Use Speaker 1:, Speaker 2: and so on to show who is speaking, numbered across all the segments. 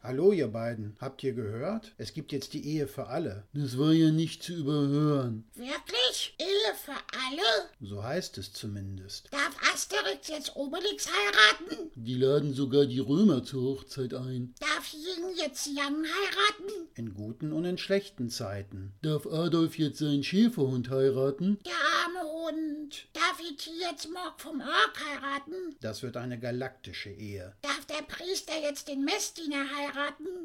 Speaker 1: Hallo, ihr beiden. Habt ihr gehört? Es gibt jetzt die Ehe für alle. Das war ja nicht zu überhören.
Speaker 2: Wirklich? Ehe für alle?
Speaker 1: So heißt es zumindest.
Speaker 2: Darf Asterix jetzt Obelix heiraten?
Speaker 1: Die laden sogar die Römer zur Hochzeit ein.
Speaker 2: Darf Ying jetzt Yang heiraten?
Speaker 1: In guten und in schlechten Zeiten. Darf Adolf jetzt seinen Schäferhund heiraten?
Speaker 2: Der arme Hund. Darf ich jetzt Morg vom Ork heiraten?
Speaker 1: Das wird eine galaktische Ehe.
Speaker 2: Darf der Priester jetzt den Messdiener heiraten?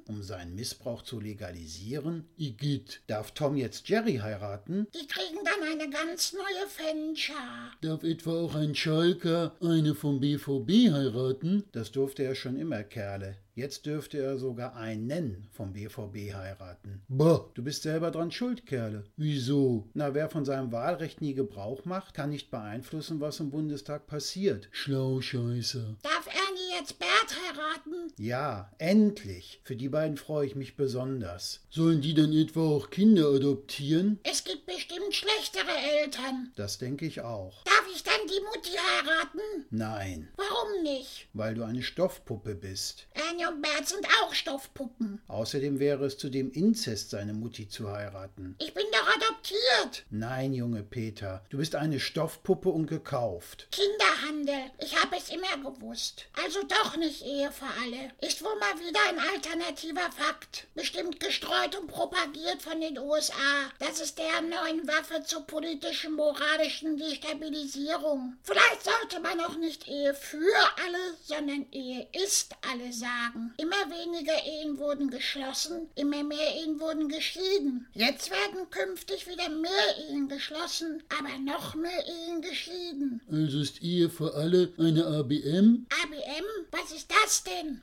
Speaker 1: Um seinen Missbrauch zu legalisieren? Igitt. Darf Tom jetzt Jerry heiraten?
Speaker 2: Die kriegen dann eine ganz neue Fanschar.
Speaker 1: Darf etwa auch ein Schalker eine vom BVB heiraten? Das durfte er schon immer, Kerle. Jetzt dürfte er sogar einen vom BVB heiraten. Bah, du bist selber dran schuld, Kerle. Wieso? Na, wer von seinem Wahlrecht nie Gebrauch macht, kann nicht beeinflussen, was im Bundestag passiert. Schlauscheiße.
Speaker 2: Darf Ernie jetzt Bert heiraten?
Speaker 1: Ja, endlich. Für die beiden freue ich mich besonders. Sollen die denn etwa auch Kinder adoptieren?
Speaker 2: Es gibt bestimmt schlechtere Eltern.
Speaker 1: Das denke ich auch.
Speaker 2: Darf ich dann die Mutti heiraten?
Speaker 1: Nein,
Speaker 2: Warum nicht?
Speaker 1: weil du eine Stoffpuppe bist.
Speaker 2: Ernie und Bert sind auch Stoffpuppen.
Speaker 1: Außerdem wäre es zudem Inzest, seine Mutti zu heiraten.
Speaker 2: Ich bin doch adoptiert.
Speaker 1: Nein, Junge Peter, du bist eine Stoffpuppe und gekauft.
Speaker 2: Kinderhandel. Ich habe es immer gewusst. Also doch nicht Ehe für alle. Ist wohl mal wieder ein alternativer Fakt. Bestimmt gestreut und propagiert von den USA. Das ist deren neuen Waffe zur politischen, moralischen Destabilisierung. Vielleicht sollte man auch nicht Ehe für alle, sondern Ehe ist alle sagen. Immer weniger Ehen wurden geschlossen, immer mehr Ehen wurden geschieden. Jetzt werden künftig wieder mehr Ehen geschlossen, aber noch mehr Ehen geschieden.
Speaker 1: Also ist Ehe für alle eine ABM,
Speaker 2: ABM? Was ist das denn?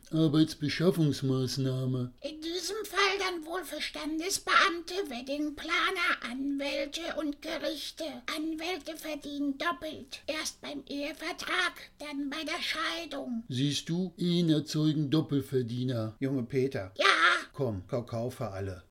Speaker 1: Arbeitsbeschaffungsmaßnahme.
Speaker 2: In diesem Fall dann wohl für Standesbeamte, Weddingplaner, Anwälte und Gerichte. Anwälte verdienen doppelt. Erst beim Ehevertrag, dann bei der Scheidung.
Speaker 1: Siehst du, Ehen erzeugen Doppelverdiener. Junge Peter,
Speaker 2: Ja,
Speaker 1: komm, Kakao für alle.